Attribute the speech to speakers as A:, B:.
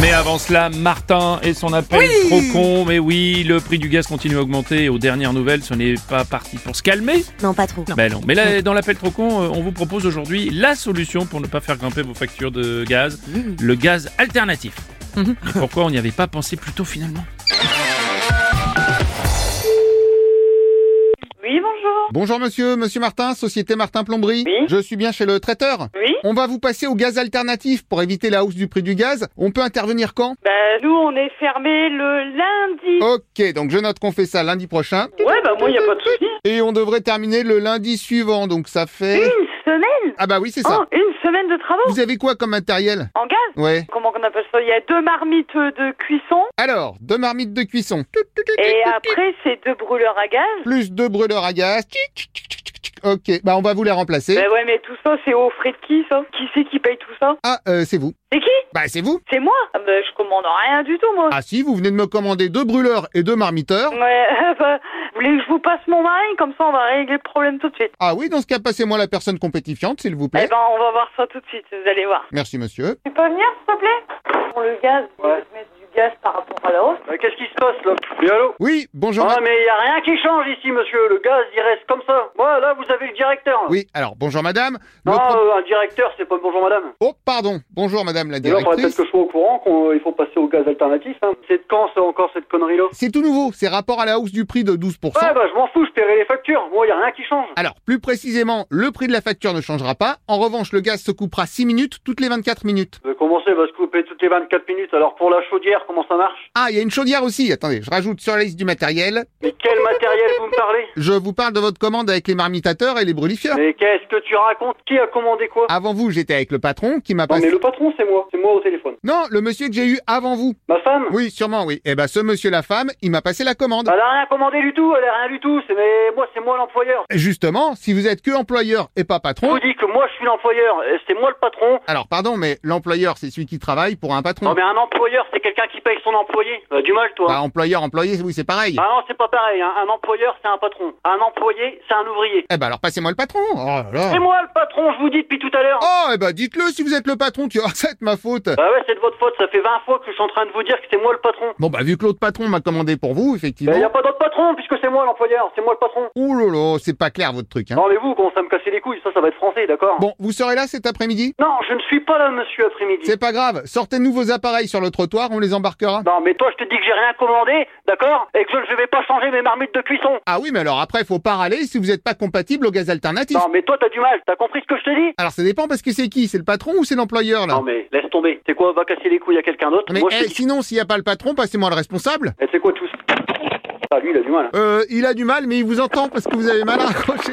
A: Mais avant cela, Martin et son appel trop con. Mais oui, le prix du gaz continue à augmenter. Et aux dernières nouvelles, ce n'est pas parti pour se calmer.
B: Non, pas trop.
A: Mais non. Mais là, dans l'appel trop con, euh, on vous propose aujourd'hui la solution pour ne pas faire grimper vos factures de gaz,
B: Mmh.
A: le gaz alternatif. Mais pourquoi on n'y avait pas pensé plus tôt finalement
C: Oui, bonjour.
D: Bonjour monsieur, monsieur Martin, Société Martin Plomberie.
C: Oui.
D: Je suis bien chez le traiteur.
C: Oui.
D: On va vous passer au gaz alternatif pour éviter la hausse du prix du gaz. On peut intervenir quand
C: Bah, nous, on est fermé le lundi.
D: Ok, donc je note qu'on fait ça lundi prochain.
C: Ouais, bah, moi, il a
D: Eh.
C: pas de souci.
D: Et on devrait terminer le lundi suivant, donc ça fait...
C: Une semaine
D: Ah bah oui, c'est ça.
C: Oh, une semaine de travaux
D: Vous avez quoi comme matériel
C: En gaz
D: Ouais.
C: Comment qu'on appelle ça Il y a deux marmites de cuisson
D: Alors, deux marmites de cuisson.
C: et après, c'est deux brûleurs à gaz.
D: plus deux brûleurs à gaz. Ok, bah on va vous les remplacer.
C: Bah, ouais, mais tout ça, c'est aux frais de qui, ça Qui c'est qui paye tout ça
D: Ah, euh, c'est vous.
C: C'est qui
D: Bah c'est vous.
C: C'est moi ah, bah, je commande rien du tout, moi.
D: Ah si, vous venez de me commander deux brûleurs et deux marmiteurs.
C: Ouais, bah, vous voulez que je vous passe mon mari Comme ça, on va régler le problème tout de suite.
D: Ah oui, dans ce cas, passez-moi la personne compétifiante, s'il vous
C: Eh
D: plaît.
C: ben, on va voir ça tout de suite, vous allez voir.
D: Merci monsieur.
C: Tu peux venir, s'il te plaît Pour le gaz, on va mettre du gaz par rapport à la hausse.
E: Mais Bah, Qu'est-ce qui se passe là Mais allô
D: Oui, bonjour.
C: Oh.
E: Ah
D: ma-
E: mais y a rien qui change ici monsieur, le gaz il reste comme ça. Moi là vous avez le directeur.
D: Oui, alors bonjour madame. Le
E: Non,
D: pro-
E: euh, un directeur c'est pas bonjour madame.
D: Oh pardon, bonjour madame la
E: D'ailleurs, il faudrait
D: directrice.
E: peut-être que je sois au courant qu'il faut passer au gaz alternatif. Hein. C'est de quand ça encore cette connerie là
D: C'est tout nouveau, c'est rapport à la hausse du prix de 12%.
E: Ouais bah je m'en fous, je paierai les factures. Moi y a rien qui change.
D: Alors, plus précisément, le prix de la facture ne changera pas. En revanche, le gaz se coupera 6 minutes toutes les 24 minutes.
E: Euh, Comment ça, il va se couper toutes les 24 minutes Alors pour la chaudière, comment ça marche
D: Ah, il y a une chaudière aussi. Attendez, je rajoute sur la liste du matériel.
E: Mais quel matériel vous me parlez
D: Je vous parle de votre commande avec les marmitateurs et les brûlifieurs.
E: Mais qu'est-ce que tu racontes Qui a commandé quoi
D: Avant vous, j'étais avec le patron qui m'a
E: Non
D: passé...
E: mais le patron c'est moi, c'est moi au téléphone.
D: Non, le monsieur que j'ai eu avant vous.
E: Ma femme
D: Oui, sûrement, oui. Eh ben, ce monsieur, la femme, il m'a passé la commande.
E: Elle a rien commandé du tout, elle a rien du tout. C'est mais moi c'est moi l'employeur.
D: Justement, si vous êtes que employeur et pas
E: Je
D: patron...
E: vous dis que moi je suis l'employeur, euh, c'est moi le patron.
D: Alors, pardon, mais l'employeur, c'est celui qui travaille pour un patron.
E: Non mais un employeur c'est quelqu'un qui paye son employé. Euh, du mal toi.
D: Bah, employeur, employé, oui, c'est pareil.
E: Ah non c'est pas pareil, hein. un employeur c'est un patron. Un employé c'est un ouvrier.
D: Eh ben, alors, passez-moi le patron. Oh là
E: C'est
D: là.
E: moi le patron, je vous dis depuis tout à l'heure.
D: Oh, eh ben, dites-le si vous êtes le patron, tu vois, c'est de ma faute.
E: Bah ouais c'est de votre faute, ça fait 20 fois que je suis en train de vous dire que c'est moi le patron.
D: Bon, bah, vu que l'autre patron m'a commandé pour vous,
E: Il n'y a
D: effectivement...
E: pas d'autre patron puisque c'est moi l'employeur, c'est moi le patron.
D: Oh là là, c'est pas clair, votre truc, hein.
E: Non mais vous commencez à me casser les couilles, ça ça va être français, d'accord
D: Bon, vous serez là cet après-midi
E: Non, je ne suis pas là monsieur après-midi.
D: C'est pas grave, sortez-nous vos appareils sur le trottoir, on les embarquera.
E: Non mais toi je te dis que j'ai rien commandé, d'accord Et que je ne vais pas changer mes marmites de cuisson.
D: Ah oui, mais alors après, faut pas râler si vous n'êtes pas compatible au gaz alternatif.
E: Non mais toi t'as du mal, t'as compris ce que je te dis
D: Alors ça dépend parce que c'est qui C'est le patron ou c'est l'employeur là
E: Non mais laisse tomber. C'est quoi, va casser les couilles à quelqu'un d'autre
D: Mais
E: Moi je
D: eh,
E: te dis-
D: sinon, s'il n'y a pas le patron, passez-moi le responsable.
E: Eh, c'est quoi tous Ah lui il a du mal. hein.
D: Euh, il a du mal, mais il vous entend parce que vous avez mal à raccrocher.